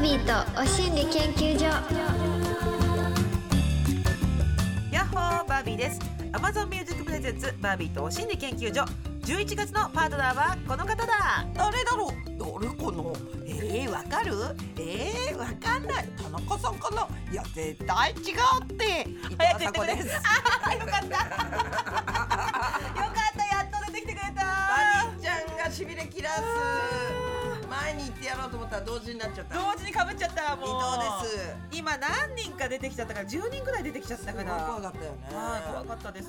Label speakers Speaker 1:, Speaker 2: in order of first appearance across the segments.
Speaker 1: ビーとお心理研究所
Speaker 2: ヤッホーバービーです Amazon Music プレゼンツバービーとお心理研究所11月のパートナーはこの方だ
Speaker 3: 誰だろう誰かなえー、わかるえー、わかんない田中さんかないや絶対違うって
Speaker 2: 早く言ってくれ
Speaker 3: 伊藤麻子です
Speaker 2: あーよかったよかったやっと出てきてくれ
Speaker 4: バ
Speaker 2: た
Speaker 4: ニーちゃんがしびれ切らす前に行ってやろうと思ったら同時になっちゃった
Speaker 2: 同時にかぶっちゃったもう
Speaker 4: 伊藤です
Speaker 2: 今何人か出てきちゃったから10人ぐらい出てきちゃったから
Speaker 4: 怖かったよね
Speaker 2: はい、怖かったです。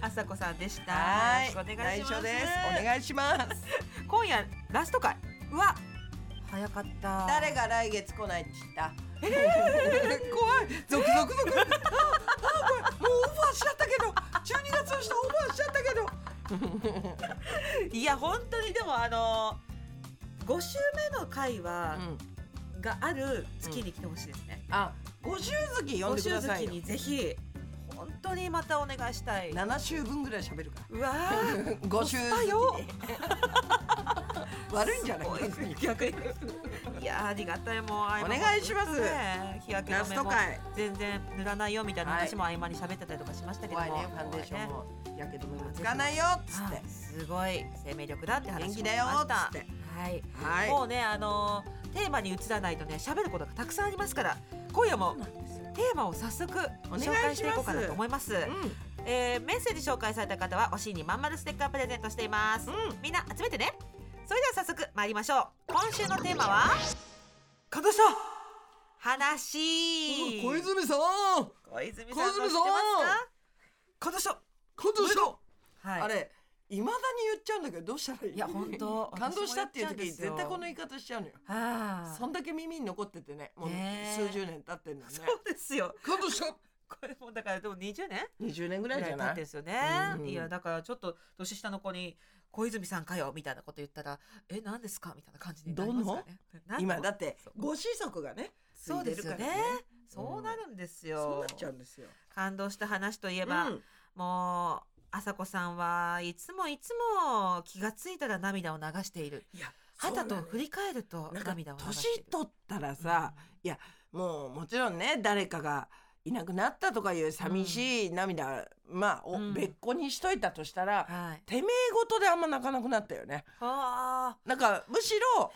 Speaker 2: あさこさんでした。
Speaker 4: はい
Speaker 2: よろしくお願いします。
Speaker 4: 内緒ですお願いします
Speaker 2: 今夜ラスト回。うわ、早かった。
Speaker 4: 誰？が来月来ないって言った
Speaker 3: 怖いゾクゾクゾクああこれもうオファーしちゃったけど12月の人オファーしちゃったけど
Speaker 2: いや本当にでもあの5週目の回は、がある月に来てほしいですね。
Speaker 4: あ、
Speaker 3: 五十月
Speaker 2: 5
Speaker 3: 呼んでく
Speaker 2: 週
Speaker 3: ださ
Speaker 2: 月
Speaker 3: いよ
Speaker 2: にぜひ本当にまたお願いしたい。
Speaker 3: 七週分ぐらい喋るか
Speaker 2: うわー。
Speaker 3: ら五週
Speaker 2: あよ。
Speaker 3: 悪いんじゃない
Speaker 2: すご逆に。いやーありがたいもう合間も
Speaker 4: お願いします
Speaker 2: ね日焼け
Speaker 4: ラ
Speaker 2: 止
Speaker 4: ス
Speaker 2: め
Speaker 4: ト
Speaker 2: も
Speaker 4: 回
Speaker 2: 全然塗らないよみたいな話も合間に喋ってたりとかしましたけど
Speaker 4: 怖
Speaker 2: も、
Speaker 4: いねファンデーション
Speaker 2: も
Speaker 4: もやけどめもつかないよっつって
Speaker 2: すごい生命力だって話も
Speaker 4: 元
Speaker 2: し
Speaker 4: 気
Speaker 2: ま
Speaker 4: だ
Speaker 2: し
Speaker 4: よったつって
Speaker 2: はい、
Speaker 4: はい
Speaker 2: もうねあのーテーマに移らないとね喋ることがたくさんありますから今夜もテーマを早速
Speaker 4: お願いし
Speaker 2: 紹
Speaker 4: ます
Speaker 2: 介していこうかなと思います
Speaker 4: うん
Speaker 2: えーメッセージ紹介された方はおしにまんまるステッカープレゼントしています、みんな集めてねそれでは早速参りましょう今週のテーマは
Speaker 3: 感動した
Speaker 2: 話
Speaker 3: 小泉さん
Speaker 2: 小泉さん
Speaker 3: 小泉さん
Speaker 2: 知ってま
Speaker 3: 感動した感動した
Speaker 2: すかはい
Speaker 3: あれ未だに言っちゃうんだけどどうしたらいい
Speaker 2: いや本当
Speaker 3: 感動したっていう時
Speaker 2: 私もやっちゃんですよ
Speaker 3: 絶対この言い方しちゃうのよ
Speaker 2: ああ
Speaker 3: そんだけ耳に残っててねもう
Speaker 2: ねえ
Speaker 3: 数十年経ってんだね
Speaker 2: そうですよ
Speaker 3: 感動した
Speaker 2: これもうだからでも20年
Speaker 4: 20年ぐ
Speaker 2: ぐ
Speaker 4: らいじ
Speaker 2: 経
Speaker 4: ゃ
Speaker 2: って
Speaker 4: なんい
Speaker 2: ですよね
Speaker 3: うん
Speaker 2: いやだからちょっと年下の子に小泉さんかよみたいなこと言ったらえ何ですかみたいな感じになりますからね何の
Speaker 3: 今だって
Speaker 2: そう
Speaker 3: ご子息がね
Speaker 2: そうですよね
Speaker 3: ついてるからね
Speaker 2: そうなるんです
Speaker 3: そう
Speaker 2: よ
Speaker 3: なっちゃうんですよ
Speaker 2: 感動した話といえ
Speaker 4: う
Speaker 2: ば
Speaker 4: ん
Speaker 2: もう朝子さんはいつもいつも気がついたら涙を流している
Speaker 3: いや
Speaker 2: 肌
Speaker 3: そ
Speaker 2: と
Speaker 3: うなの
Speaker 2: 振り返ると
Speaker 3: なんか
Speaker 2: 涙を流してい
Speaker 3: 年
Speaker 2: る
Speaker 3: 取ったらさ、もうもちろんね誰かがいなくなったとかいう寂しい涙、まあ、お
Speaker 2: うん
Speaker 3: 別個にしといたとしたら、
Speaker 2: はい
Speaker 3: てめえごとであんま泣かなくなったよね
Speaker 2: はあ
Speaker 3: なんかむしろ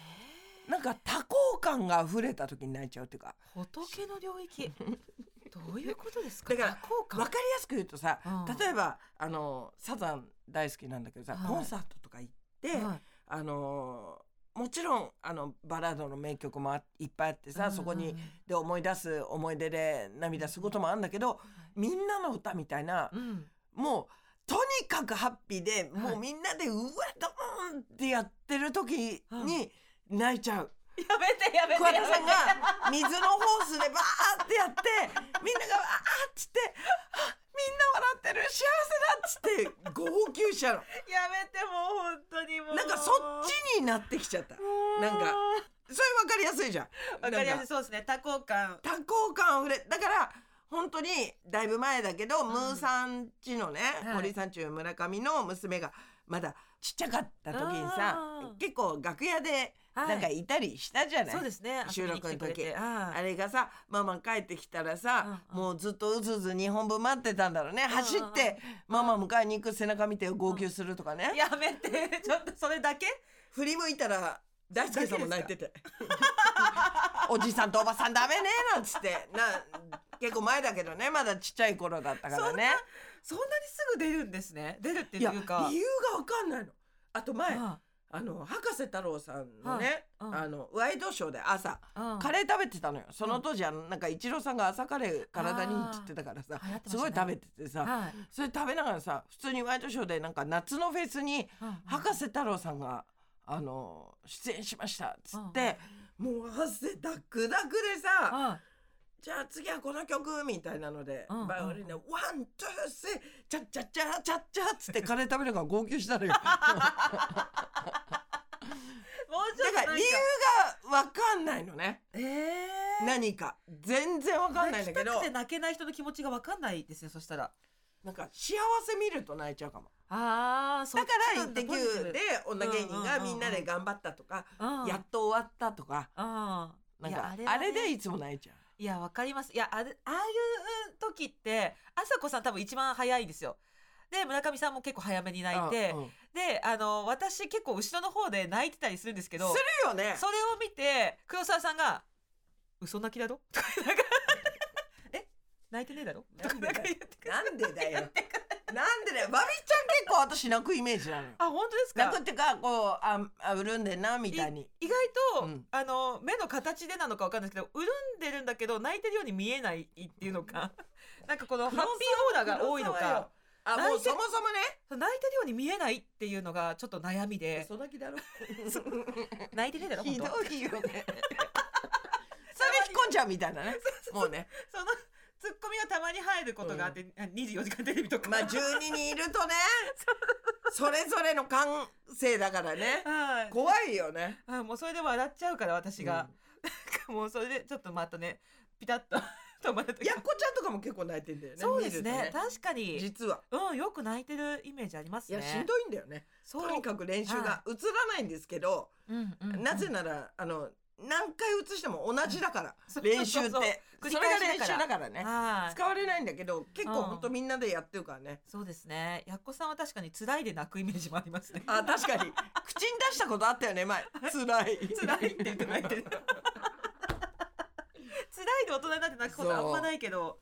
Speaker 3: なんか多幸感が溢れた時に泣いちゃうっていうか
Speaker 2: 仏の領域 どういうことですか
Speaker 3: だから
Speaker 2: 効
Speaker 3: 分かりやすく言うとさ、
Speaker 2: うん
Speaker 3: 例えばあのサザン大好きなんだけどさ、
Speaker 2: はい
Speaker 3: コンサートとか行って、
Speaker 2: はい
Speaker 3: あのもちろんあのバラードの名曲もあいっぱいあってさ、
Speaker 2: うん
Speaker 3: そこに
Speaker 2: うん
Speaker 3: で思い出す思い出で涙することもあるんだけど、みんなの歌みたいな、
Speaker 2: うん
Speaker 3: もうとにかくハッピーで、もうみんなでうわドーンってやってる時に泣いちゃう。
Speaker 2: やめてやめて
Speaker 3: 桑田さんが
Speaker 2: や
Speaker 3: 水のホースでバーってやってみんなが「あーっつってあ「みんな笑ってる幸せだ」っつって号泣しちゃう
Speaker 2: めてやめてもう本当にも
Speaker 3: の
Speaker 2: う
Speaker 3: なんかそっちになってきちゃったなんかそれ分かりやすいじゃん
Speaker 2: わかりやすい
Speaker 3: い
Speaker 2: そうですね多幸感
Speaker 3: 多幸感あふれだから本当にだいぶ前だけど、ムーさんちのね、
Speaker 2: はい
Speaker 3: 森さん中村上の娘がまだちっちゃかった時にさ
Speaker 2: あー
Speaker 3: 結構楽屋でなんかいたりしたじゃない、
Speaker 2: そうですね
Speaker 3: 収録の時
Speaker 2: 遊びに来てくれてあ
Speaker 3: あれがさママ帰ってきたらさ、
Speaker 2: うんうん
Speaker 3: もうずっとうずうず2本分待ってたんだろうね
Speaker 2: ん
Speaker 3: 走って、ママ迎えに行く背中見て号泣するとかね、
Speaker 2: あやめてちょっとそれだけ
Speaker 3: 振り向いたら大輔さんも泣いてておじさんとおばさんダメねなんつってな結構前だけどねまだちっちゃい頃だったからね
Speaker 2: そんなにすぐ出るんですね出るって
Speaker 3: い
Speaker 2: い
Speaker 3: や
Speaker 2: うか
Speaker 3: 理由が分かんないのあと前
Speaker 2: あ
Speaker 3: あの博士太郎さんのね、
Speaker 2: はいうん
Speaker 3: あのワイドショーで朝、
Speaker 2: あ
Speaker 3: カレー食べてたのよその当時あのなんか一郎さんが朝カレー体にいいって言ってたからさ
Speaker 2: あー流行って
Speaker 3: す
Speaker 2: ましたね
Speaker 3: ごい食べててさ
Speaker 2: はい
Speaker 3: それ食べながらさ普通にワイドショーでなんか夏のフェスに博士太郎さんがあの出演しましたっつってもう汗だくだくでさ
Speaker 2: あ
Speaker 3: じゃあ次はこの曲みたいなので
Speaker 2: うん
Speaker 3: バイオリンで「ワンツースリーチャッチャッチャチャッチャ」っつってカレー食べながら号泣した のよ。
Speaker 2: もうちょっ
Speaker 3: だか
Speaker 2: となん
Speaker 3: ら
Speaker 2: か
Speaker 3: 理由が分かんないのね
Speaker 2: ええ
Speaker 3: 何か全然分かんないんだけど
Speaker 2: 泣きたくて泣けない人の気持ちがわかんないですねそしたら
Speaker 3: なんか幸せ見ると泣いちゃうかも。
Speaker 2: あああ、そ
Speaker 3: だ
Speaker 2: っ
Speaker 3: から
Speaker 2: ち
Speaker 3: イ
Speaker 2: な
Speaker 3: ン
Speaker 2: ん
Speaker 3: テ Q で女芸人がみんなで頑張ったとか、やっと終わったとか、
Speaker 2: うん。うん
Speaker 3: なんかあれ,、
Speaker 2: いやはね
Speaker 3: でいつもないじゃん。
Speaker 2: いや、わかります。いや、あれ、ああいう時って、あさこさん多分一番早いですよ。で、村上さんも結構早めに泣いて、
Speaker 3: うんうん
Speaker 2: で、あの、私結構後ろの方で泣いてたりするんですけど、
Speaker 3: するよね。
Speaker 2: それを見て、黒沢さんが、嘘泣きだろとか、な んか、え泣いてねえだろとか、なんか言ってくる。
Speaker 3: なんでだ よ。
Speaker 5: なんでだよ
Speaker 3: バビちゃん結構私泣くイメージなのよ。
Speaker 2: あ、本当ですか
Speaker 3: 泣くっていうかこうああ潤んでんなみたいに。
Speaker 2: 意外と、
Speaker 3: うん
Speaker 2: あの目の形でなのかわかんないですけど潤んでるんだけど泣いてるように見えないっていうのかなんかこのハッピーオーラが多いの
Speaker 3: 黒沢
Speaker 2: か
Speaker 3: よあも
Speaker 2: 泣
Speaker 3: う
Speaker 2: いて
Speaker 3: そもそもね。
Speaker 2: 泣いてるように見えないっていうのがちょっと悩みで
Speaker 3: そだけだろ。
Speaker 2: 泣いてねえだろ本
Speaker 3: ひど よね。
Speaker 2: 当はい
Speaker 3: それ引っ込んじゃうみたいなね。もうね。
Speaker 2: そのツッコミがたまに入ることがあって、あ24時間テレビとか、
Speaker 3: まあ12人いると ね。それぞれの感性だからね。
Speaker 2: はい
Speaker 3: 怖いよね。
Speaker 2: あもうそれで笑っちゃうから私が、なんかもうそれでちょっとまたねピタッと 止まると
Speaker 3: やっこちゃんとかも結構泣いてんだよね。
Speaker 2: そうですね
Speaker 3: 見ると
Speaker 2: 確かに
Speaker 3: 実は。
Speaker 2: うんよく泣いてるイメージあります
Speaker 3: い
Speaker 2: ね
Speaker 3: や、しんどいんだよね。
Speaker 2: そう
Speaker 3: とにかく練習が
Speaker 2: は
Speaker 3: 映らないんですけど、
Speaker 2: うんうんうん
Speaker 3: なぜなら、あの、何回映しても同じだから、
Speaker 2: そう
Speaker 3: 練習って。
Speaker 2: そ
Speaker 3: そう
Speaker 2: そう
Speaker 3: れ
Speaker 2: 繰
Speaker 3: が
Speaker 2: り返し
Speaker 3: 練
Speaker 2: だ
Speaker 3: 習
Speaker 2: から
Speaker 3: だからね。
Speaker 2: はい
Speaker 3: 使われないんだけど、結
Speaker 2: うん
Speaker 3: 構ほんとみんなでやってるからね。
Speaker 2: そうですね。やっこさんは確かに辛いで泣くイメージもありますね。
Speaker 3: あ、確 かに。口に出したことあったよね、前。辛い。
Speaker 2: 辛いって言って泣いてる。辛いで大人になって泣くことあんまないけど、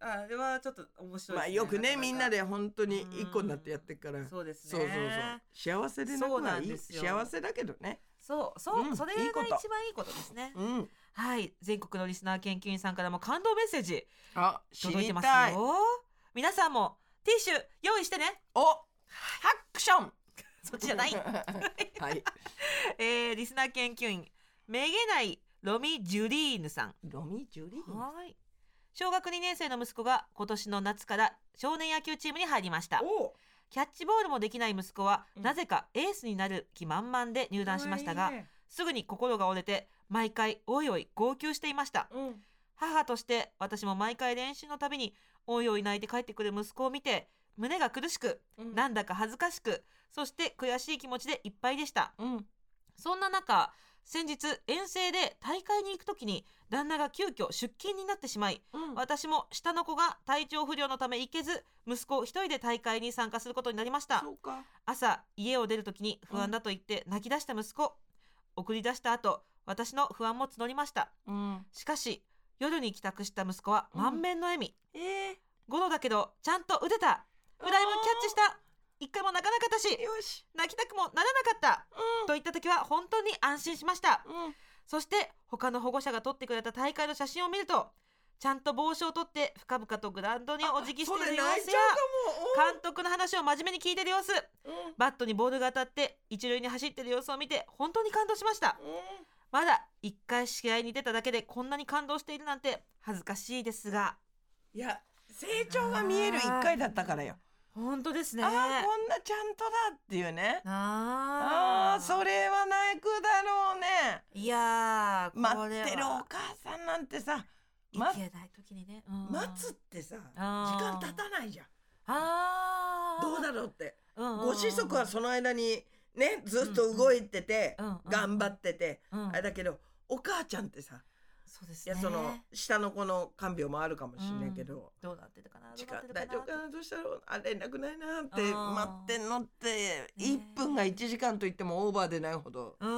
Speaker 2: あれはちょっと面白いですね。
Speaker 3: まあよくね
Speaker 2: かか
Speaker 3: みんなで本当に一個になってやってるから
Speaker 2: そうですね。
Speaker 3: そうそうそう幸せでなく
Speaker 2: そうな
Speaker 3: は
Speaker 2: ん
Speaker 3: いい
Speaker 2: ですよ
Speaker 3: 幸せだけどね
Speaker 2: そうそう、
Speaker 3: うん
Speaker 2: それが
Speaker 3: いい
Speaker 2: 一
Speaker 3: こ
Speaker 2: 番
Speaker 3: と
Speaker 2: いいことですね。
Speaker 3: うん
Speaker 2: はい、全国のリスナー研究員さんからも感動メッセージ
Speaker 3: あ知
Speaker 2: 届い
Speaker 3: り
Speaker 2: てます
Speaker 3: たい
Speaker 2: よ。皆さんもティッシュ用意してね。
Speaker 3: おハックション。
Speaker 2: そっちじゃない
Speaker 3: はい
Speaker 2: えー、リスナー研究員めげないロミジュリーヌさん。
Speaker 3: ロミジュリー
Speaker 2: はい。小学2年生の息子が今年の夏から少年野球チームに入りました。
Speaker 3: お
Speaker 2: キャッチボールもできない息子は、
Speaker 3: うん
Speaker 2: なぜかエースになる気満々で入団しましたが、すぐに心が折れて、毎回おいおい号泣していました。
Speaker 3: うん
Speaker 2: 母として私も毎回練習のたびに、おいおい泣いて帰ってくる息子を見て、胸が苦しく、
Speaker 3: うん
Speaker 2: なんだか恥ずかしく、そして悔しい気持ちでいっぱいでした。
Speaker 3: うん
Speaker 2: そんな中、先日遠征で大会に行くときに、旦那が急遽出勤になってしまい、
Speaker 3: うん
Speaker 2: 私も下の子が体調不良のため行けず息子一人で大会に参加することになりました
Speaker 3: そうか
Speaker 2: 朝家を出る時に不安だと言って泣き出した息子、送り出した後私の不安も募りました
Speaker 3: うん
Speaker 2: しかし夜に帰宅した息子は
Speaker 3: うん
Speaker 2: 満面の笑み、
Speaker 3: ええ
Speaker 2: ゴロだけどちゃんと打てたフライもキャッチした一回も泣かなかったし
Speaker 3: よし
Speaker 2: 泣きたくもならなかった、
Speaker 3: うん
Speaker 2: といった時は本当に安心しました
Speaker 3: うん
Speaker 2: そして他の保護者が撮ってくれた大会の写真を見るとちゃんと帽子を取って深々とグラウンドにお辞儀している様
Speaker 3: あそれ泣い
Speaker 2: 子
Speaker 3: ちゃう
Speaker 2: や監督の話を真面目に聞いている様子
Speaker 3: うん
Speaker 2: バットにボールが当たって一塁に走っている様子を見て本当に感動しました
Speaker 3: うん
Speaker 2: まだ一回試合に出ただけでこんなに感動しているなんて恥ずかしいですが
Speaker 3: いや成長が見える一回だったからよ
Speaker 2: 本当ですね
Speaker 3: ああこんなちゃんとだっていうねあ
Speaker 2: あ
Speaker 3: あそれは泣くだろうね
Speaker 2: いやー
Speaker 3: 待
Speaker 2: これは
Speaker 3: ってるお母さんなんてさ、ま
Speaker 2: 行けない時にね、うん
Speaker 3: 待つってさ時
Speaker 2: あー
Speaker 3: 間経たないじゃん
Speaker 2: あ
Speaker 3: どうだ
Speaker 2: ろ
Speaker 3: ろうって
Speaker 2: うんうんうん
Speaker 3: ご子息はその間にねずっと動いてて
Speaker 2: うんうん
Speaker 3: 頑張ってて
Speaker 2: うん
Speaker 3: あれだけどお母ちゃんってさ
Speaker 2: そうです
Speaker 3: い
Speaker 2: ね。
Speaker 3: やその下の子の看病もあるかもしれないけど
Speaker 2: どうなってたかな。
Speaker 3: 時間大丈夫か
Speaker 2: な。
Speaker 3: などうしたろうあ連絡ないなって待
Speaker 2: あー
Speaker 3: ってんのって1分が1時間といってもオーバーでないほど
Speaker 2: う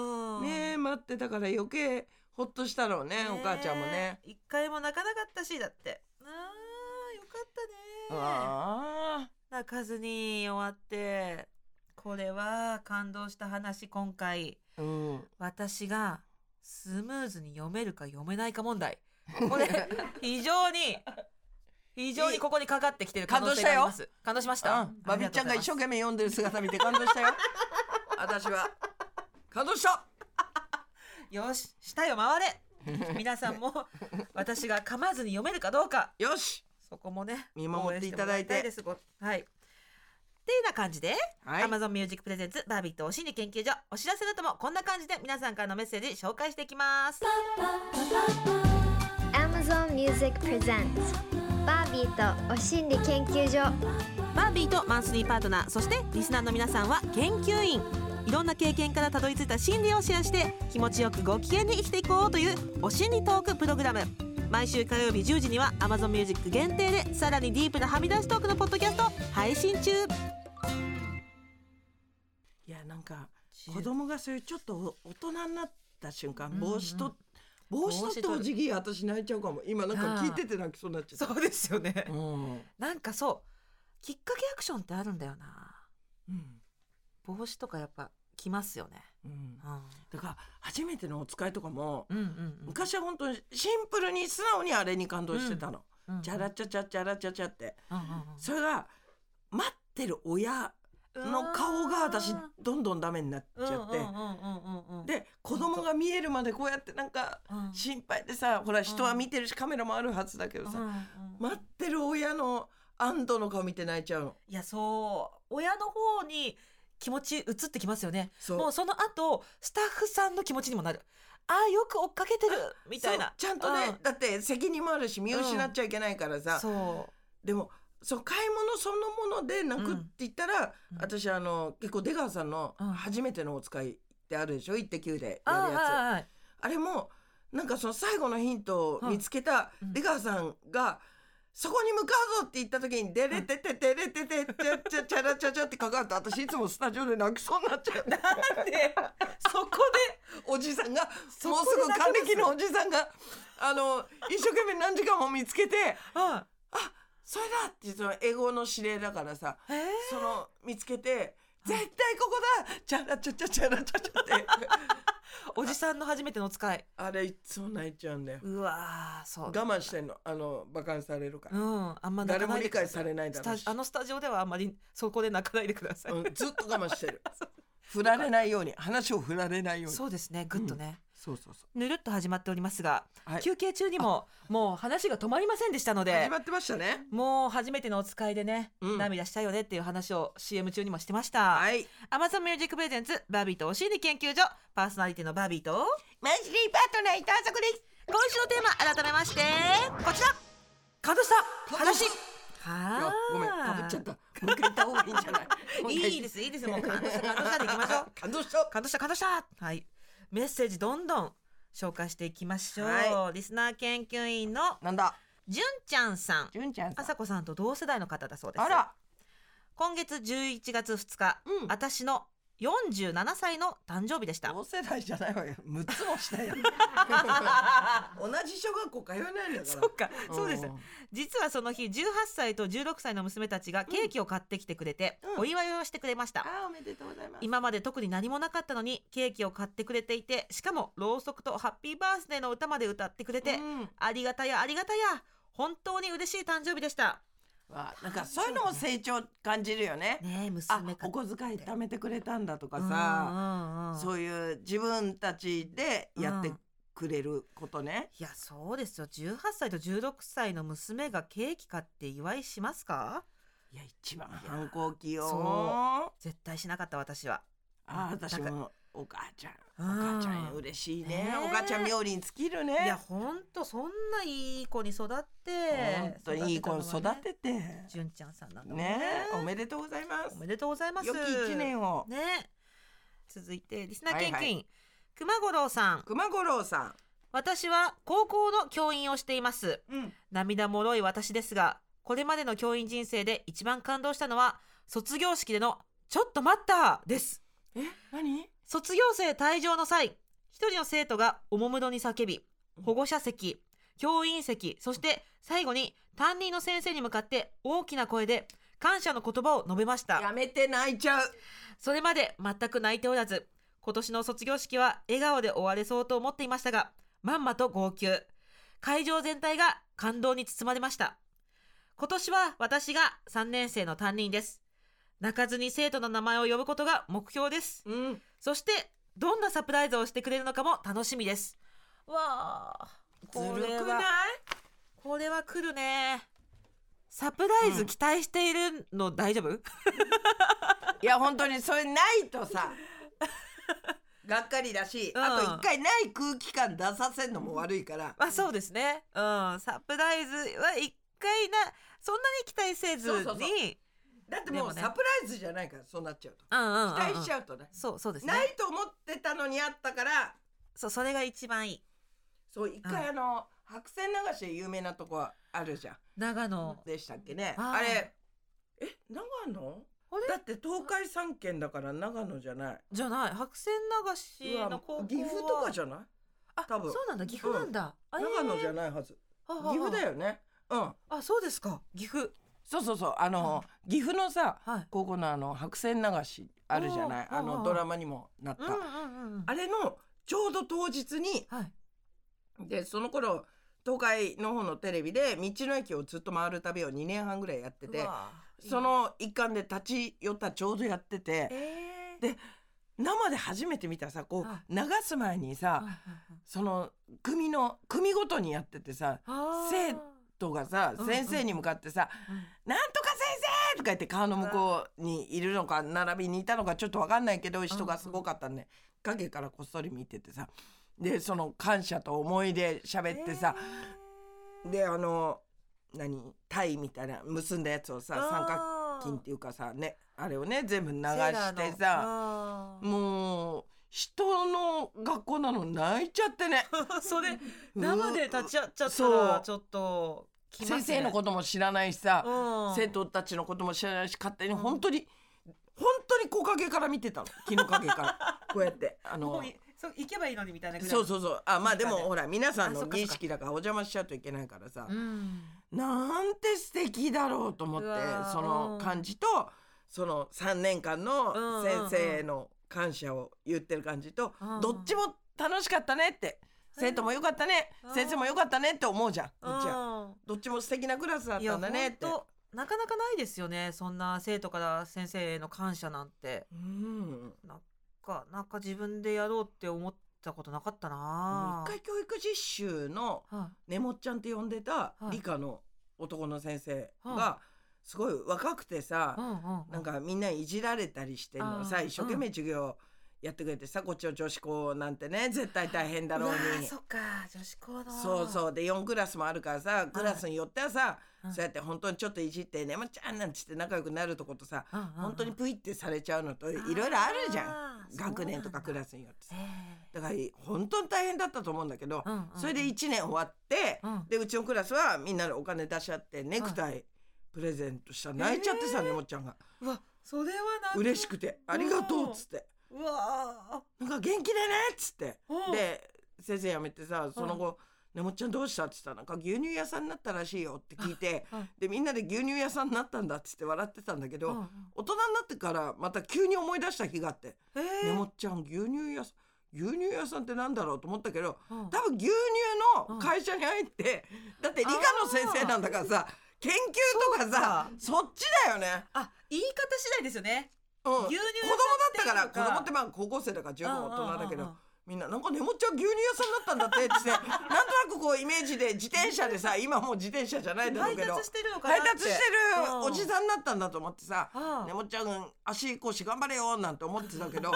Speaker 2: ん。
Speaker 3: ねえ待ってたから余計ほっとしたろうねお母ちゃんもね。
Speaker 2: 一回も泣かなかったしだって。ああよかったね。
Speaker 3: ああ
Speaker 2: 泣かずに終わって、これは感動した話今回
Speaker 3: うん
Speaker 2: 私がスムーズに読めるか読めないか問題。これ非常に。非常にここにかかってきてる可能性があります。感動しました。
Speaker 3: うん、バビッちゃんが一生懸
Speaker 2: ありとうございます
Speaker 3: 命読んでる姿見て感動した よ私は感動した
Speaker 2: よし下よ回れ皆さんも 私が噛まずに読めるかどうか
Speaker 3: よし
Speaker 2: そこもね
Speaker 3: 見守っていただいて
Speaker 2: 応援してもらいたいですごはいっていうような感じで、
Speaker 3: はい
Speaker 2: Amazon Music Presents バービットお心理研究所お知らせなどもこんな感じで皆さんからのメッセージ紹介していきます
Speaker 1: Amazon Music presents バービーとお心理研究所
Speaker 6: バービーとマンスリーパートナーそしてリスナーの皆さんは研究員いろんな経験からたどり着いた心理をシェアして気持ちよくご機嫌に生きていこうというお心理トークプログラム毎週火曜日10時には AmazonMusic 限定でさらにディープなはみ出しトークのポッドキャストを配信中
Speaker 3: いやなんか子供がそういうちょっと大人になった瞬間帽子と、帽子取ってお辞儀私泣いちゃうかも今なんか聞いてて泣きそうになっちゃった
Speaker 2: そうですよね、
Speaker 3: うん
Speaker 2: なんかそうきっかけアクションってあるんだよな
Speaker 3: うん
Speaker 2: 帽子とかやっぱきますよね、
Speaker 3: うん
Speaker 2: うん、
Speaker 3: だから初めてのお使いとかも、
Speaker 2: うんうん
Speaker 3: 昔は本当にシンプルに素直にあれに感動してたの、
Speaker 2: うん
Speaker 3: チャラチャチャチャラチャチャって
Speaker 2: うんうん
Speaker 3: それが待ってる親
Speaker 2: うん
Speaker 3: の顔が私どんどんダメになっちゃって、
Speaker 2: うんうんうんうんうん
Speaker 3: で子供が見えるまでこうやってなんか
Speaker 2: うん
Speaker 3: 心配でさほら人は見てるしカメラもあるはずだけど
Speaker 2: う
Speaker 3: さ
Speaker 2: んうん
Speaker 3: 待ってる親の安堵の顔見て泣いちゃうの。
Speaker 2: いやそう親の方に気持ち移ってきますよね
Speaker 3: そう
Speaker 2: もうその後スタッフさんの気持ちにもなるああよく追っか けてるみたい
Speaker 3: そう
Speaker 2: な
Speaker 3: ちゃんとね、
Speaker 2: うん
Speaker 3: だって責任もあるし見失っちゃいけないからさ、
Speaker 2: そ
Speaker 3: でもそう買い物そのもので泣くって言ったら、
Speaker 2: うん
Speaker 3: 私あの結構出川さんの
Speaker 2: うん
Speaker 3: 初めてのお使いってあるでしょ「イッテ Q!」で
Speaker 2: う
Speaker 3: やるやつあ,、
Speaker 2: あ
Speaker 3: れもなんかその最後のヒントを見つけた
Speaker 2: うん
Speaker 3: 出川さんが、そこに向かうぞって言った時に「デレテテデレテテチャチャチャラチャチャ」ってかかると私いつもスタジオで泣きそうになっちゃう
Speaker 2: あはいはいでそこ
Speaker 3: おじさんが
Speaker 2: そ
Speaker 3: もう
Speaker 2: こ
Speaker 3: す
Speaker 2: で
Speaker 3: ぐ還
Speaker 2: 泣きます
Speaker 3: 暦のおじさんがあの一生懸命何時間も見つけて
Speaker 2: で、 うん
Speaker 3: 「それだ!」ってその英語の指令だからさ
Speaker 2: えー
Speaker 3: その見つけて絶対ここだチャラチャチャチャラチャチャって
Speaker 2: おじさんの初めてのお使い
Speaker 3: あれいつも泣いちゃうんだよ
Speaker 2: うわーそう
Speaker 3: 我慢してんのあのバカにされるか
Speaker 2: う
Speaker 3: ら、
Speaker 2: んあんま
Speaker 3: 誰
Speaker 2: 泣かな
Speaker 3: も
Speaker 2: いで
Speaker 3: 理
Speaker 2: くだ
Speaker 3: 解
Speaker 2: さい
Speaker 3: されないだろうし
Speaker 2: スタあのスタジオではあんまりそこで泣かないでください、
Speaker 3: うん、ずっと我慢してる振られないように話を振られないように
Speaker 2: そうですねぐっとね、
Speaker 3: そうそうそ
Speaker 2: ぬるっと始まっておりますが、
Speaker 3: はい
Speaker 2: 休憩中にももう話が止まりませんでしたの
Speaker 3: う
Speaker 2: で
Speaker 3: 始まってましたね
Speaker 2: もう初めてのお使いでね、
Speaker 3: うん
Speaker 2: 涙したよねっていう話を CM 中にもしてました、
Speaker 3: はい
Speaker 2: アマゾンミュージックプレゼンツバービーとお心理研究所パーソナリティのバービーと
Speaker 7: マンスリーパートナー伊藤あさこです
Speaker 2: 今週のテーマ改めましてこちら感動した話
Speaker 3: い
Speaker 2: は
Speaker 3: やごめんかぶっちゃったもう一回言った方がいいんじゃない もう一回
Speaker 2: いいですいいですもう感動した感動したでいきましょう
Speaker 3: 感動した
Speaker 2: 感動した感動したはいメッセージどんどん紹介していきましょう、
Speaker 3: は
Speaker 2: リスナー研究員の
Speaker 3: なんだ
Speaker 2: じゅんちゃんさん
Speaker 3: 純ちゃんさ
Speaker 2: あ
Speaker 3: ん
Speaker 2: さこさんと同世代の方だそうです
Speaker 3: あら
Speaker 2: 今月11月2日、
Speaker 3: うん
Speaker 2: 私の47歳の誕生日でした
Speaker 3: 同世代じゃない わよ6つも下 よ同じ小学校通えないんだから
Speaker 2: そっかそうです
Speaker 3: ん
Speaker 2: 実はその日18歳と16歳の娘たちがケーキを買ってきてくれて、
Speaker 3: うん
Speaker 2: お祝いをしてくれました、
Speaker 3: あーおめでとうございます
Speaker 2: 今まで特に何もなかったのにケーキを買ってくれていてしかもろうそくとハッピーバースデーの歌まで歌ってくれて、
Speaker 3: うん
Speaker 2: ありがたやありがたや本当に嬉しい誕生日でした
Speaker 3: わあなんかそういうのも成長感じるよね。
Speaker 2: ねえ
Speaker 3: あ
Speaker 2: 娘
Speaker 3: お小遣い貯めてくれたんだとかさ、
Speaker 2: さ
Speaker 3: そういう自分たちでやってくれることね。
Speaker 2: いやそうですよ18歳と16歳の娘がケーキ買って祝いしますか
Speaker 3: いや一番反抗期よ。
Speaker 2: そう
Speaker 3: あ
Speaker 2: 絶対しなかった私は
Speaker 3: あ私
Speaker 2: なん
Speaker 3: もお母ちゃんお
Speaker 2: うん
Speaker 3: 母ちゃん嬉しいね
Speaker 2: ねえ
Speaker 3: お母ちゃん妙に尽きるね。
Speaker 2: いやほんとそんないい子に育って
Speaker 3: 本当にいい子育ててね
Speaker 2: 純ちゃんさんなんだもんね
Speaker 3: ねおめでとうございます
Speaker 2: お。めでとうございます
Speaker 3: 良き一年を。
Speaker 2: ね続いてリスナー研
Speaker 3: は
Speaker 2: 究
Speaker 3: い
Speaker 2: 員熊五郎さん
Speaker 3: 熊五郎さん。
Speaker 2: 私は高校の教員をしています
Speaker 3: うん。
Speaker 2: 涙もろい私ですがこれまでの教員人生で一番感動したのは卒業式での「ちょっと待った!」です
Speaker 3: え何？
Speaker 2: 卒業生退場の際一人の生徒がおもむろに叫び保護者席教員席そして最後に担任の先生に向かって大きな声で感謝の言葉を述べました
Speaker 3: やめて泣いちゃう。
Speaker 2: それまで全く泣いておらず今年の卒業式は笑顔で終われそうと思っていましたがまんまと号泣会場全体が感動に包まれました今年は私が3年生の担任です泣かずに生徒の名前を呼ぶことが目標です
Speaker 3: うん。
Speaker 2: そしてどんなサプライズをしてくれるのかも楽しみです。わあ、
Speaker 3: ずる
Speaker 2: これ
Speaker 3: くない
Speaker 2: は？これは来るね。サプライズ期待しているの大丈夫？
Speaker 3: いや本当にそれないとさ がっかりだし、
Speaker 2: うん
Speaker 3: あと一回ない空気感出させんのも悪いから、
Speaker 2: まあそうですね。うん、サプライズは一回なそんなに期待せずに
Speaker 8: そうそうそう
Speaker 3: だって
Speaker 2: で
Speaker 3: も
Speaker 2: も
Speaker 3: う
Speaker 2: ね
Speaker 3: サプライズじゃないからそうなっちゃうと
Speaker 2: うんうんうんうん
Speaker 3: 期待しちゃうとね
Speaker 2: そうそうですね
Speaker 3: ないと思ってたのにあったから
Speaker 2: そうそれが一番いい
Speaker 3: そう一回あの白線流しで有名なとこあるじゃん
Speaker 2: 長野
Speaker 3: でしたっけね
Speaker 2: あー
Speaker 3: あれえ長野
Speaker 2: あれ
Speaker 3: だって東海三県だから長野じゃない
Speaker 2: じゃない白線流し
Speaker 3: うわ
Speaker 2: の高校は
Speaker 3: 岐阜とかじゃない
Speaker 2: あ
Speaker 3: 多分
Speaker 2: そうなんだ岐阜なんだ、あ
Speaker 3: 長野じゃ
Speaker 2: ん
Speaker 3: ないはず岐
Speaker 2: 岐
Speaker 3: 阜だ
Speaker 2: よ
Speaker 3: よねうん
Speaker 2: あそうですか岐阜
Speaker 8: そうそうそうあの岐阜のさ
Speaker 2: はい
Speaker 8: 高校のあの白線流しあるじゃない
Speaker 2: おー
Speaker 8: あ
Speaker 2: おーお
Speaker 8: の
Speaker 2: ー
Speaker 8: ドラマにもなった、
Speaker 2: うんうんうん
Speaker 3: あれのちょうど当日に
Speaker 2: はい
Speaker 3: でその頃東海の方のテレビで道の駅をずっと回る旅を2年半ぐらいやって
Speaker 2: う
Speaker 3: て
Speaker 2: わ
Speaker 3: その一環で立ち寄ったちょうどやってて、
Speaker 2: えー
Speaker 3: で生で初めて見たさこ
Speaker 2: は
Speaker 3: う流す前にさ、
Speaker 2: はいはいはい
Speaker 3: その組の組ごとにやっててさ
Speaker 2: あー
Speaker 3: 生とかさ
Speaker 2: うんうん
Speaker 3: 先生に向かってさ「なんとか先生!」とか言って川の向こうにいるのか並びにいたのかちょっと分かんないけど人がすごかったんで影からこっそり見ててさでその感謝と思い出喋ってさ、であの何タイみたいな結んだやつをさ三角巾っていうかさねあれをね全部流してさ
Speaker 2: さ
Speaker 3: もう人の学校なの泣いちゃってね。
Speaker 2: それ生で立ち会っちゃった
Speaker 3: そ
Speaker 2: ら
Speaker 3: う
Speaker 2: ちょっと 来ますね
Speaker 3: 先生のことも知らないしさ、
Speaker 2: うん
Speaker 3: 生徒たちのことも知らないし勝手に本当に、本当に木陰から見てたの木の陰から こうやってあ
Speaker 2: も
Speaker 3: の
Speaker 2: ういそう行けばいいのにみたいなぐらい
Speaker 3: そうそうそうあまあでも
Speaker 2: 中で
Speaker 3: ほら皆さん
Speaker 2: あ
Speaker 3: の
Speaker 2: そっかそっか
Speaker 3: 儀式だからお邪魔しちゃうといけないからさ、
Speaker 2: うん
Speaker 3: なんて素敵だろうと思って
Speaker 2: うわー
Speaker 3: その感じとその3年間
Speaker 2: うんうん
Speaker 3: の
Speaker 2: う
Speaker 3: 先
Speaker 2: ん
Speaker 3: 生への感謝を言ってる感じと、
Speaker 2: うんうん
Speaker 3: どっちも楽しかったねって生徒もよかったね
Speaker 2: うん
Speaker 3: 先生もよかったねって思うじゃんこっちは
Speaker 2: うん
Speaker 3: どっちも素敵なクラスだっ
Speaker 2: い
Speaker 3: た
Speaker 2: や
Speaker 3: んだねって。
Speaker 2: ほんとなかなかないですよねそんな生徒から先生への感謝なんて
Speaker 3: うん
Speaker 2: かなんか自分でやろうって思ったことなかったな
Speaker 3: 一回教育実習の
Speaker 2: は
Speaker 3: ねもっちゃんって呼んでた
Speaker 2: はい
Speaker 3: 理科の男の先生
Speaker 2: は
Speaker 3: がすごい若くて
Speaker 2: いうん
Speaker 3: さ
Speaker 2: うんうん
Speaker 3: なんかみんないじられたりしてん
Speaker 2: あー
Speaker 3: のさ一生懸命授業やってくれてさこっちの女子校なんて ね絶対大変だろう
Speaker 2: わあ
Speaker 3: に
Speaker 2: そ。っか女子校の
Speaker 3: そうそうで4クラスもあるからさクラスによってはさ
Speaker 2: うん
Speaker 3: そうやって本当にちょっといじって「ねもっちゃん」なんつって仲良くなるとことさ
Speaker 2: うんうんうん
Speaker 3: 本当にプイってされちゃうのといろいろあるじゃん
Speaker 2: あー
Speaker 3: 学年とか
Speaker 2: そ
Speaker 3: ク
Speaker 2: うなんだ
Speaker 3: ラスによってさ。
Speaker 2: え
Speaker 3: だから本当に大変だったと思うんだけど、
Speaker 2: えうんうん
Speaker 3: それで1年終わって、
Speaker 2: うん
Speaker 3: でうちのクラスはみんなでお金出し合ってネクタイプレゼントした、泣いちゃってさねもっちゃんが
Speaker 2: うわそれはなん
Speaker 3: 嬉しくて「ありがとう」っつって
Speaker 2: うわ
Speaker 3: 「なんか元気でね」っつって
Speaker 2: うん
Speaker 3: で先生辞めてさその後「ねもっちゃんどうした?」っつったら「なんか牛乳屋さんになったらしいよ」って聞いて
Speaker 2: うん
Speaker 3: でみんなで牛乳屋さんになったんだっつって笑ってたんだけど、
Speaker 2: うんうん
Speaker 3: 大人になってからまた急に思い出した日があって
Speaker 2: え
Speaker 3: 「
Speaker 2: え
Speaker 3: ねもっちゃん牛乳屋さん牛乳屋さんってなんだろう?」と思ったけど
Speaker 2: うん
Speaker 3: 多分牛乳の会社に入って、だって理科の先生なんだからさ研究とかさそっちだよね、
Speaker 2: あ言い方次第ですよね
Speaker 3: うん、
Speaker 2: 牛乳屋
Speaker 3: 子
Speaker 2: さん
Speaker 3: 供だったから
Speaker 2: っていうの
Speaker 3: 子
Speaker 2: が
Speaker 3: 供ってまあ高校生だから十分大人だけ
Speaker 2: うんう
Speaker 3: ど
Speaker 2: んうんうん
Speaker 3: みんななんかねもっちゃん牛乳屋さんだったんだ ってってなんとなくこうイメージで自転車でさ今もう自転車じゃないだろ
Speaker 2: 配
Speaker 3: うけど
Speaker 2: 達してるのかな
Speaker 3: 配
Speaker 2: って
Speaker 3: 達して
Speaker 2: うん
Speaker 3: るおじさんになったんだと思ってさ
Speaker 2: うん
Speaker 3: ねもっちゃん足腰頑張れよなんて思ってたけ ど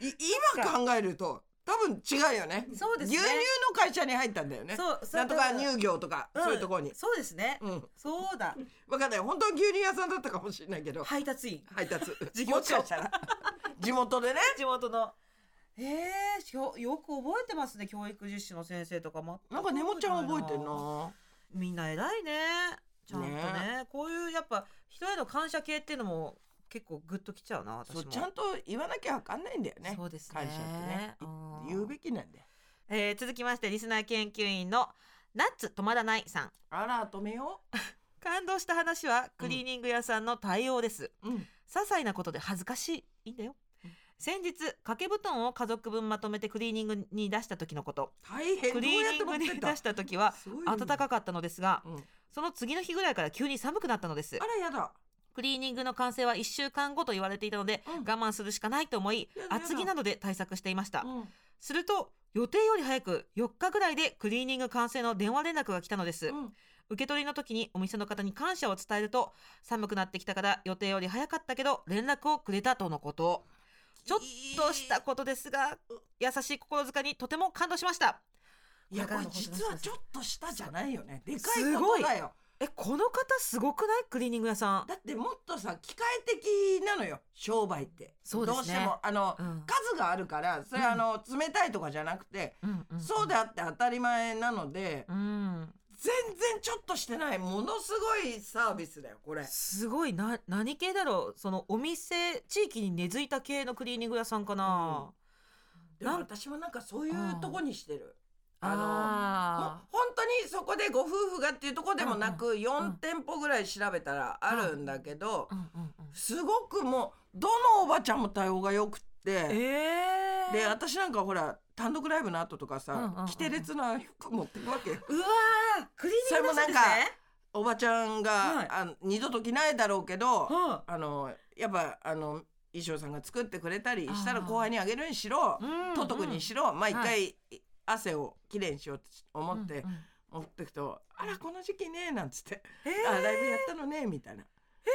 Speaker 3: い今考えると多分違うよね
Speaker 2: そうですね
Speaker 3: 牛乳の会社に入ったんだよね
Speaker 2: そうそう
Speaker 3: なんとか乳業とか、
Speaker 2: ん
Speaker 3: そういうところに、
Speaker 2: そうですね
Speaker 3: うん、
Speaker 2: そうだ
Speaker 3: 分かんない本当に牛乳屋さんだったかもしれないけど
Speaker 2: 配達員
Speaker 3: 配 達
Speaker 2: 事業所
Speaker 3: もしかしたら地元でね
Speaker 2: 地元のえー、しょよく覚えてますね教育実習の先生とかも
Speaker 3: なんかねもちゃん覚えてんな
Speaker 2: みんな偉いねちゃんとねこういうやっぱ人への感謝系っていうのも結構グッときちゃうな私
Speaker 3: そ
Speaker 2: も
Speaker 3: うちゃんと言わなきゃ分かんないんだよね
Speaker 2: そうですね
Speaker 3: 感謝ってね
Speaker 2: うん
Speaker 3: 言うべきなんだよ
Speaker 2: えー続きましてリスナー研究員のナッツ止まらないさん
Speaker 3: あら止めよ
Speaker 2: 感動した話はクリーニング屋さんの対応です、
Speaker 3: う、うん、
Speaker 2: 些細なことで恥ずかしいいいんだよ、先日掛け布団を家族分まとめてクリーニングに出した時のこと
Speaker 3: 大変ど
Speaker 2: ク
Speaker 3: う
Speaker 2: リー
Speaker 3: やっ
Speaker 2: ニ
Speaker 3: て
Speaker 2: ング
Speaker 3: 持
Speaker 2: に
Speaker 3: ってっ
Speaker 2: 出
Speaker 3: た
Speaker 2: した時は
Speaker 3: すごいよね
Speaker 2: 暖かかったのですが、
Speaker 3: うん
Speaker 2: その次の日ぐらいから急に寒くなったのです
Speaker 3: あらやだ
Speaker 2: クリーニングの完成は1週間後と言われていたので、
Speaker 3: うん
Speaker 2: 我慢するしかないと思い
Speaker 3: やだやだ
Speaker 2: 厚着などで対策していました、
Speaker 3: うん
Speaker 2: すると予定より早く4日ぐらいでクリーニング完成の電話連絡が来たのです、
Speaker 3: うん
Speaker 2: 受け取りの時にお店の方に感謝を伝えると寒くなってきたから予定より早かったけど連絡をくれたとのことちょっとしたことですが優しい心遣いにとても感動しました
Speaker 3: いやこれ
Speaker 2: これからのこと
Speaker 3: 実は
Speaker 2: です
Speaker 3: ちょっとしたじゃないよねでか
Speaker 2: す
Speaker 3: いこ
Speaker 2: ごい
Speaker 3: とだよ
Speaker 2: えこの方すごくないクリーニング屋さん
Speaker 3: だってもっとさ機械的なのよ商売って
Speaker 2: そうですね
Speaker 3: どうしてもあの、
Speaker 2: うん
Speaker 3: 数があるからそれはあの、冷たいとかじゃなくて、
Speaker 2: うんうん
Speaker 3: そうであって当たり前なので、
Speaker 2: うん
Speaker 3: 全然ちょっとしてないものすごいサービスだよこれ
Speaker 2: すごいな何系だろうそのお店地域に根付いた系のクリーニング屋さんかな、
Speaker 3: でも
Speaker 2: なん
Speaker 3: 私もなんかそういうとこにしてるあのもう
Speaker 2: あ
Speaker 3: 本当にそこでご夫婦がっていうとこでもなく4店舗ぐらい調べたらあるんだけど
Speaker 2: ーうんうんうん
Speaker 3: すごくもうどのおばちゃんも対応がよくって
Speaker 2: えー、
Speaker 3: で私なんかほら単独ライブの後とか
Speaker 2: うんうんうんう
Speaker 3: さ
Speaker 2: ん
Speaker 3: 着て列な服持ってくわけよ
Speaker 2: うわークリ
Speaker 3: それもなんかおばちゃん
Speaker 9: はい
Speaker 3: があの二度と着ないだろうけど
Speaker 9: は
Speaker 3: あのやっぱあの衣装さんが作ってくれたりしたら
Speaker 2: あー
Speaker 3: 後輩にあげるにしろ
Speaker 2: ーニング
Speaker 3: トトコにしろまあ一
Speaker 2: は
Speaker 3: 回汗をきれいにしようと思って。
Speaker 2: うんうん
Speaker 3: 持ってくと「あらこの時期ね」なんつって「
Speaker 2: え
Speaker 3: あライブやったのね」みたいな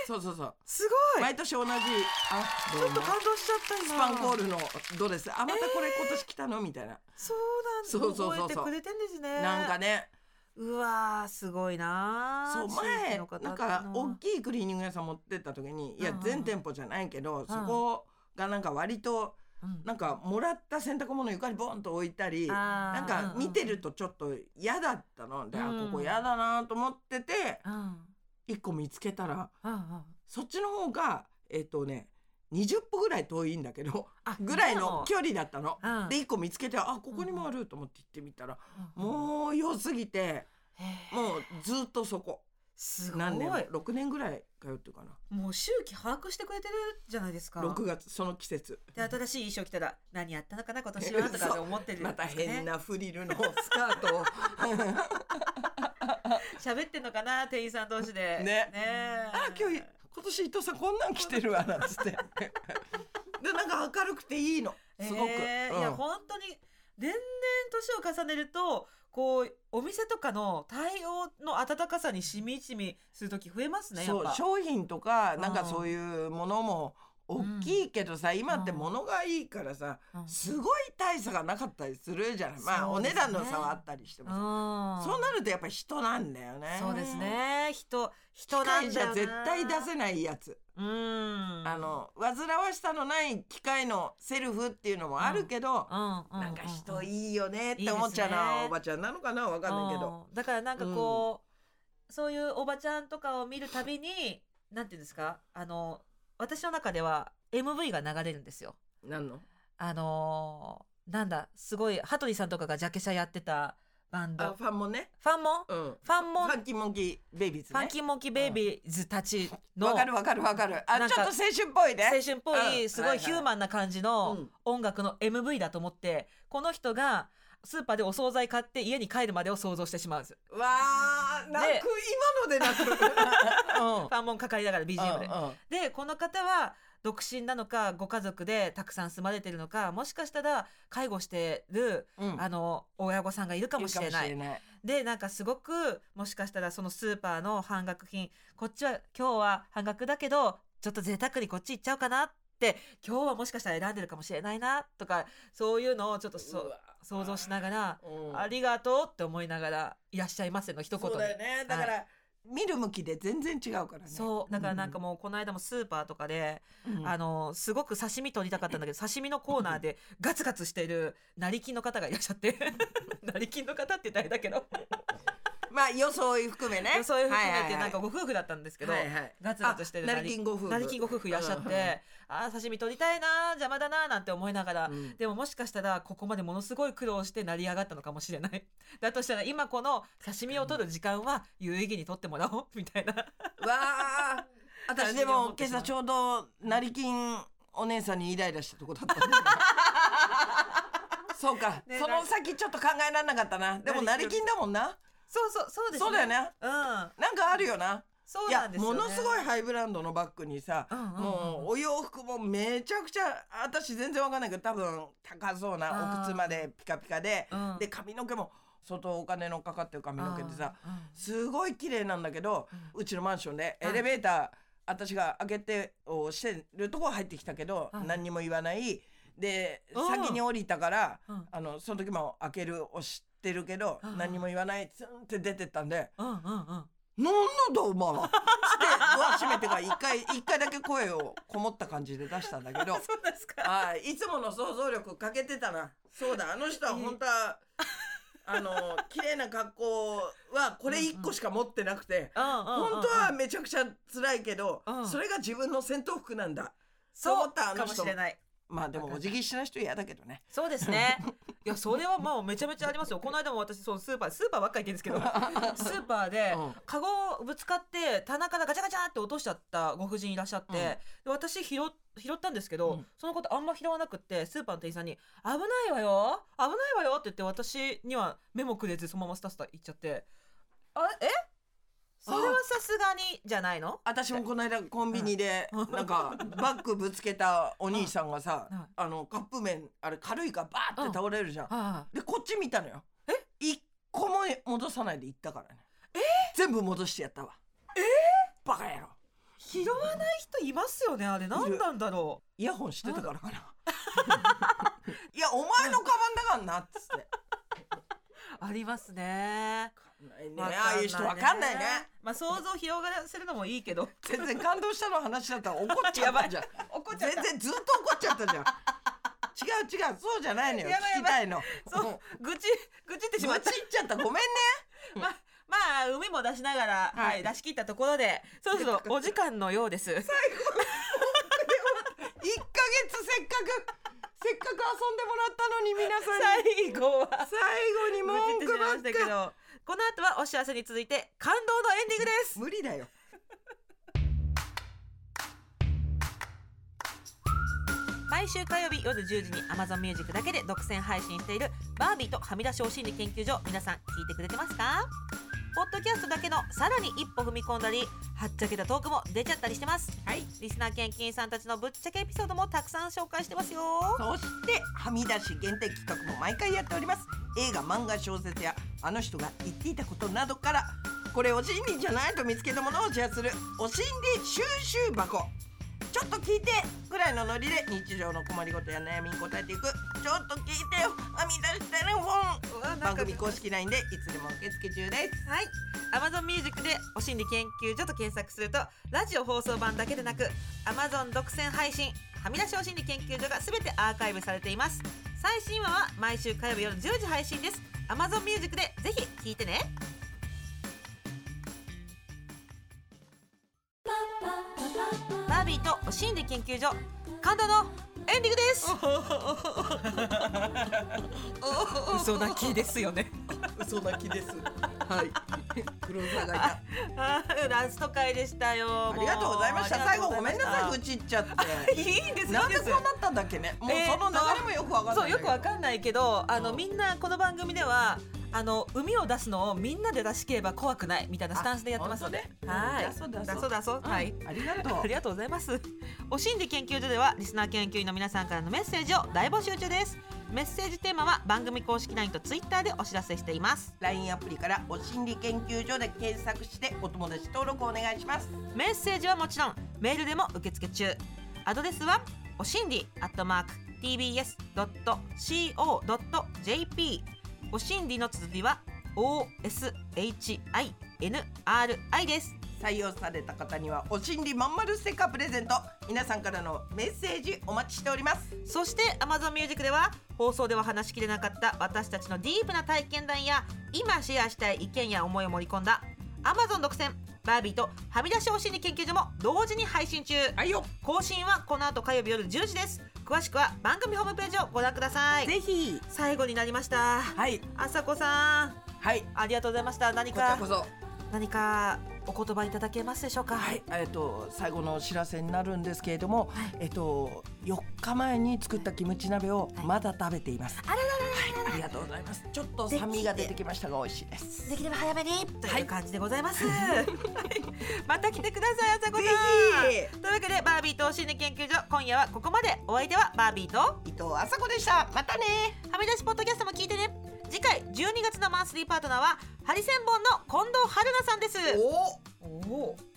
Speaker 3: そうそうそう
Speaker 2: すごい
Speaker 3: 毎年同じ「あ
Speaker 2: ち
Speaker 3: どう
Speaker 2: ょっ
Speaker 3: も
Speaker 2: と感動しちゃった今
Speaker 3: スパンコールのドレスあまたこれ今年来たの」みたいな
Speaker 2: そう
Speaker 3: そう
Speaker 2: なん
Speaker 3: そうそ
Speaker 2: だ
Speaker 3: うそう
Speaker 2: 覚えてくれてんですね
Speaker 3: なんかね
Speaker 2: うわーすごいなー
Speaker 3: そう
Speaker 2: 地域
Speaker 3: 前
Speaker 2: の方
Speaker 3: なんか
Speaker 2: っていうのは
Speaker 3: 大きいクリーニング屋さん持ってった時にいや
Speaker 2: うんうん
Speaker 3: 全店舗じゃないけどそこがなんか割と
Speaker 2: うん
Speaker 3: なんかもらった洗濯物床にボンと置いたりな
Speaker 2: あー
Speaker 3: んか見てるとちょっと嫌だったのであ
Speaker 2: うん
Speaker 3: ここ嫌だなと思ってて
Speaker 2: うんうん
Speaker 3: 一個見つけたら
Speaker 2: うんうん
Speaker 3: そっちの方がえっ、とね20歩ぐらい遠いんだけ ど
Speaker 2: あ
Speaker 3: ぐらいの距離だったの。
Speaker 2: うん
Speaker 3: で1個見つけてあここにもあると思って行ってみたら、もう良すぎて
Speaker 2: へー
Speaker 3: もうずっとそこ
Speaker 2: すごい
Speaker 3: 何年6年ぐらい通ってるかな
Speaker 2: もう周期把握してくれてるじゃないですか
Speaker 3: 6月その季節
Speaker 2: で新しい衣装着たら何やったのかな今年 はとかって思ってる
Speaker 3: また変
Speaker 2: ね
Speaker 3: なフリ ルのスカー トを
Speaker 2: 喋ってんのかな店員さん同士で
Speaker 3: ね
Speaker 2: え
Speaker 3: あ今日今年伊藤さんこんなん着てるわなんつって でなんか明るくていいのすごく、
Speaker 2: えー
Speaker 3: うん
Speaker 2: いや本当に年々年を重ねるとこうお店とかの対応の温かさにしみじみする時増えますねや
Speaker 3: そ
Speaker 2: っ
Speaker 3: う
Speaker 2: ぱ
Speaker 3: 商品とかなん
Speaker 2: う
Speaker 3: か
Speaker 2: ん
Speaker 3: そういうものも大きいけどさ、今って
Speaker 2: うん
Speaker 3: 物がいいからさ、
Speaker 2: うん
Speaker 3: すごい大差がなかったりするじゃない、まあ
Speaker 2: そう
Speaker 3: お
Speaker 2: で
Speaker 3: 値
Speaker 2: すね
Speaker 3: 段の差はあったりしてもさ、そうなるとやっぱ人なんだよね
Speaker 2: うんそうですね人人
Speaker 3: 機
Speaker 2: なん
Speaker 3: 械
Speaker 2: だ
Speaker 3: じゃ
Speaker 2: よな
Speaker 3: 絶対出せないやつ、
Speaker 2: うん
Speaker 3: あの煩わしさのない機械のセルフっていうのもあるけど、
Speaker 2: うんう
Speaker 3: なんか人
Speaker 2: い
Speaker 3: いいよねって思っちゃう
Speaker 2: いいです
Speaker 3: な
Speaker 2: ね
Speaker 3: おばちゃんなのかなわかんないけど、
Speaker 2: だからなんかこうそういうおばちゃんとかを見るたびになんていうんですかあの私の中では MV が流れるんですよ
Speaker 3: なんの
Speaker 2: あのーなんだ、すごい、羽鳥さんとかがジャケシャやってたバン
Speaker 3: あ
Speaker 2: ド。
Speaker 3: ファンもね
Speaker 2: ファンモン
Speaker 3: うんフ
Speaker 2: ファンモン、
Speaker 3: ァ
Speaker 2: フ
Speaker 3: ンキーモンキーベイビーズね
Speaker 2: ァンキーモンキーベイビーズたちの
Speaker 3: わ
Speaker 2: 青
Speaker 3: か
Speaker 2: 春
Speaker 3: るわかるわかる。あ、ち
Speaker 2: な
Speaker 3: ょ
Speaker 2: ん
Speaker 3: っ
Speaker 2: か
Speaker 3: と青春っぽいね。
Speaker 2: っぽ
Speaker 3: う
Speaker 2: い、
Speaker 3: ん
Speaker 2: すごいヒューマンな感じの
Speaker 3: うん
Speaker 2: 音楽の MV だと思って、この人がスーパーでお惣菜買って家に帰るまでを想像してしまうんですよ。
Speaker 3: わあ、泣
Speaker 2: で
Speaker 3: く今ので泣く。
Speaker 2: ファンモンかかりながら BGM で。
Speaker 3: うんうん
Speaker 2: でこの方は独身なのかご家族でたくさん住まれてるのかもしかしたら介護してる、
Speaker 3: うん
Speaker 2: あの親御さんがいるかもしれない
Speaker 3: いるかもしれない。
Speaker 2: でなんかすごくもしかしたらそのスーパーの半額品こっちは今日は半額だけどちょっと贅沢にこっち行っちゃおうかなって今日はもしかしたら選んでるかもしれないなとかそういうのをちょっとそうう
Speaker 3: わ
Speaker 2: 想像しながら「
Speaker 3: うん
Speaker 2: ありがとう」って思いながら「いらっしゃいませ」の一言
Speaker 3: そう
Speaker 2: に。
Speaker 3: だよね。だから見る向きで全然違うからね。
Speaker 2: そうだからなんかもうこの間もスーパーとかで、
Speaker 3: うん
Speaker 2: あのすごく刺身取りたかったんだけど刺身のコーナーでガツガツしてる成金の方がいらっしゃって 成金の方って言ったらあれだけど
Speaker 3: まあ装い含めね。
Speaker 2: そういう含
Speaker 3: は
Speaker 2: め
Speaker 3: い
Speaker 2: て
Speaker 3: はい
Speaker 2: なんかご夫婦だったんですけど、
Speaker 3: はいはい
Speaker 2: ガツガツしてる
Speaker 3: あ成金ご夫婦
Speaker 2: 成金ご夫婦いらっしゃって、ああ刺身取りたいな邪魔だななんて思いながら、
Speaker 3: うん
Speaker 2: でももしかしたらここまでものすごい苦労して成り上がったのかもしれない だとしたら今この刺身を取る時間は有意義に取ってもらおう みたいな
Speaker 3: わあ。私でも今朝ちょうど成金お姉さんにイライラしたとこだったん だ。そうか、その先ちょっと考えられなかったな。でも成金だもんな。
Speaker 2: そうそうそうです
Speaker 3: そうだよね。
Speaker 2: うん
Speaker 3: なんかあるよな。
Speaker 2: そう
Speaker 3: い
Speaker 2: な
Speaker 3: や
Speaker 2: んです
Speaker 3: も
Speaker 2: よ、ね、
Speaker 3: のすごいハイブランドのバッグにさ、
Speaker 2: うんうんうん
Speaker 3: もうお洋服もめちゃくちゃ私全然わかんないけど多分高そうな
Speaker 2: あー
Speaker 3: お靴までピカピカで、
Speaker 2: うん
Speaker 3: で髪の毛も相当お金のかかってる髪の毛でさ、
Speaker 2: うんうん
Speaker 3: すごい綺麗なんだけど、うちのマンションでエレベーター、私が開けてをしてるとこ入ってきたけど、
Speaker 2: うん
Speaker 3: 何にも言わないで
Speaker 2: うん
Speaker 3: 先に降りたから、
Speaker 2: うん
Speaker 3: あのその時も開けるを知ってるけど、
Speaker 2: うん
Speaker 3: 何にも言わないツンって出てったんで。
Speaker 2: うんうんうん
Speaker 3: なんなんだお前は」つ ってドア閉めてから一回一回だけ声をこもった感じで出したんだけど
Speaker 9: そうですか。
Speaker 3: はいいつもの想像力欠けてたなそうだあの人は本当は、あの綺麗な格好はこれ一個しか持ってなくて、本
Speaker 2: 本
Speaker 3: 当はめちゃくちゃ辛いけど、
Speaker 2: うん
Speaker 3: それが自分の戦闘服なんだと
Speaker 9: そ
Speaker 3: 思
Speaker 9: う
Speaker 3: った
Speaker 9: か
Speaker 3: あの
Speaker 9: も
Speaker 3: 人
Speaker 9: しれない。
Speaker 3: まあでもお辞儀しない人嫌だけど ね
Speaker 2: そうですね。いや、それはもうめちゃめちゃありますよ。この間も私、そのスーパー、スーパーばっかり言ってるんですけど、スーパーで
Speaker 3: うん、
Speaker 2: カゴをぶつかって、棚からガチャガチャって落としちゃったご婦人いらっしゃっ
Speaker 3: う
Speaker 2: て、
Speaker 3: ん
Speaker 2: で私拾っ、拾ったんですけど、
Speaker 3: うん
Speaker 2: そのことあんま拾わなくって、スーパーの店員さんに、危ないわよ危ないわよって言って、私には目もくれず、そのままスタスタ行っちゃって、あえそれはさすがに、じゃないの
Speaker 3: 私もこの間コンビニでなんかバッグぶつけたお兄さんがさ
Speaker 2: うん
Speaker 3: あのカップ麺あれ軽いからバーって倒れるじゃん
Speaker 2: あ
Speaker 3: でこっち見たのよ一個も戻さないで行ったからね全部戻してやったわえバカ野郎
Speaker 2: 拾わない人いますよね、あれ。何なんだろ
Speaker 3: イヤホンしてたからかないやお前のカバンだからなっつって
Speaker 2: う。ありますね。
Speaker 3: ねああいう人わかんないね。
Speaker 2: まあ想像を広がらせるのもいいけど。
Speaker 3: 全然感動したの話だったら怒っちゃったじゃん
Speaker 2: 怒っちゃっ
Speaker 3: 全
Speaker 2: た。
Speaker 3: 然ずっと怒っちゃったじゃん違う違うそうじゃないのよ
Speaker 2: やばい
Speaker 3: 聞
Speaker 2: や
Speaker 3: き
Speaker 2: ば
Speaker 3: たいの
Speaker 2: そう、愚痴、愚痴ってし
Speaker 3: しま
Speaker 2: ま
Speaker 3: っ
Speaker 2: っ
Speaker 3: ち
Speaker 2: た。
Speaker 3: ゃっちゃったごめんね
Speaker 2: まあ、まあ、海も出しながら、
Speaker 3: はい
Speaker 2: はい、出し切ったところで、そろそろお時間のようです。
Speaker 3: 一ヶ月せっかくせっかく遊んでもらったのに皆さんに
Speaker 2: 最後は、
Speaker 3: 最後に
Speaker 2: 愚
Speaker 3: 文
Speaker 2: 痴って
Speaker 3: 句
Speaker 2: しまい
Speaker 3: ば
Speaker 2: ました
Speaker 3: っ
Speaker 2: け
Speaker 3: か
Speaker 2: ど、この後はお知らせに続いて、感動のエンディングです。
Speaker 3: 無理だよ
Speaker 10: 毎週火曜日夜10時に Amazon Music だけで独占配信しているバービーとはみ出しお心理研究所皆さん聞いてくれてますかポッドキャストだけのさらに一歩踏み込んだりはっちゃけたトークも出ちゃったりしてますはいリスナー研究員さんたちのぶっちゃけエピソードもたくさん紹介してますよ
Speaker 3: そしてはみ出し限定企画も毎回やっております映画漫画小説やあの人が言っていたことなどからこれお心理じゃないと見つけたものをシェアするお心理収集箱ちょっと聞いてぐらいのノリで日常の困りごとや悩みに答えていくちょっと聞いてよはみ出しテレフォン番組公式 LINE でいつでも受付中です
Speaker 10: はい Amazon Music でお心理研究所と検索するとラジオ放送版だけでなく Amazon 独占配信はみ出しお心理研究所がすべてアーカイブされています最新話は毎週火曜日夜10時配信です Amazon Music でぜひ聞いてねバービーとお心理研究所神田のエンディングです
Speaker 2: 嘘泣きですよね。
Speaker 3: 嘘泣きですはい黒沢がいた
Speaker 2: あーラスト回でしたよ。も
Speaker 3: ありがとうございました最後ごめんなさい
Speaker 2: い
Speaker 3: 愚痴っちゃって
Speaker 2: ました。いいんです、いい
Speaker 3: なん
Speaker 2: ん
Speaker 3: でこ
Speaker 2: で
Speaker 3: うな。っ
Speaker 2: す
Speaker 3: たんだっけね。もう
Speaker 2: え
Speaker 3: そ
Speaker 2: ー
Speaker 3: の流れもよくわかん
Speaker 2: そ
Speaker 3: な
Speaker 2: う
Speaker 3: い。
Speaker 2: よくわかんないけどあの、
Speaker 3: うん
Speaker 2: みんなこの番組ではあの海を出すのをみんなで出し切れば怖くないみたいなスタンスでやってますので、
Speaker 3: あ
Speaker 2: はい
Speaker 3: 本当ねうん出そう出そう
Speaker 2: 出そう出そう、はい
Speaker 3: ありがと
Speaker 2: あ
Speaker 3: う
Speaker 2: り。がとうございます。お心理研究所ではリスナー研究員の皆さんからのメッセージを大募集中です。メッセージテーマは番組公式 LINE と Twitter でお知らせしています。
Speaker 3: LINE アプリからお心理研究所で検索してお友達登録お願いします。
Speaker 2: メッセージはもちろんメールでも受付中アドレスはおしんりアットマーク tbs.co.jp おしんりの続きは oshinri です
Speaker 3: 採用された方にはお心理まんまるステッカープレゼント。皆さんからのメッセージお待ちしております。
Speaker 2: そして Amazon Music では放送では話しきれなかった私たちのディープな体験談や今シェアしたい意見や思いを盛り込んだ Amazon 独占バービーとはみ出しお心理研究所も同時に配信中
Speaker 3: はいよ。
Speaker 2: 更新はこの後火曜日夜10時です詳しくは番組ホームページをご覧ください
Speaker 3: ぜひ。
Speaker 2: 最後になりました
Speaker 3: はい
Speaker 2: あさこさん
Speaker 3: はい。こ
Speaker 2: ありがとうございました何
Speaker 3: ちら
Speaker 2: か
Speaker 3: こそ。
Speaker 2: 何かお言葉いただけますでしょうか
Speaker 3: はい、えっと最後のお知らせになるんですけれども、えっと4日前に作ったキムチ鍋をまだ食べています。はい、ありがとうございます。ちょっと酸味が出てきましたが美味しいです。
Speaker 1: できれば早めに
Speaker 2: という感じでござ います、はいまた来てくださいあさこさん
Speaker 3: ぜ
Speaker 2: というわけでバービーとお心理研究所今夜はここまでお相手はバービーとは
Speaker 3: 伊藤麻子でした。またね。
Speaker 2: み出しポッドキャストも聞いてね次回12月のマンスリーパートナーはハリセンボンの近藤春菜さんです
Speaker 3: お。
Speaker 2: おお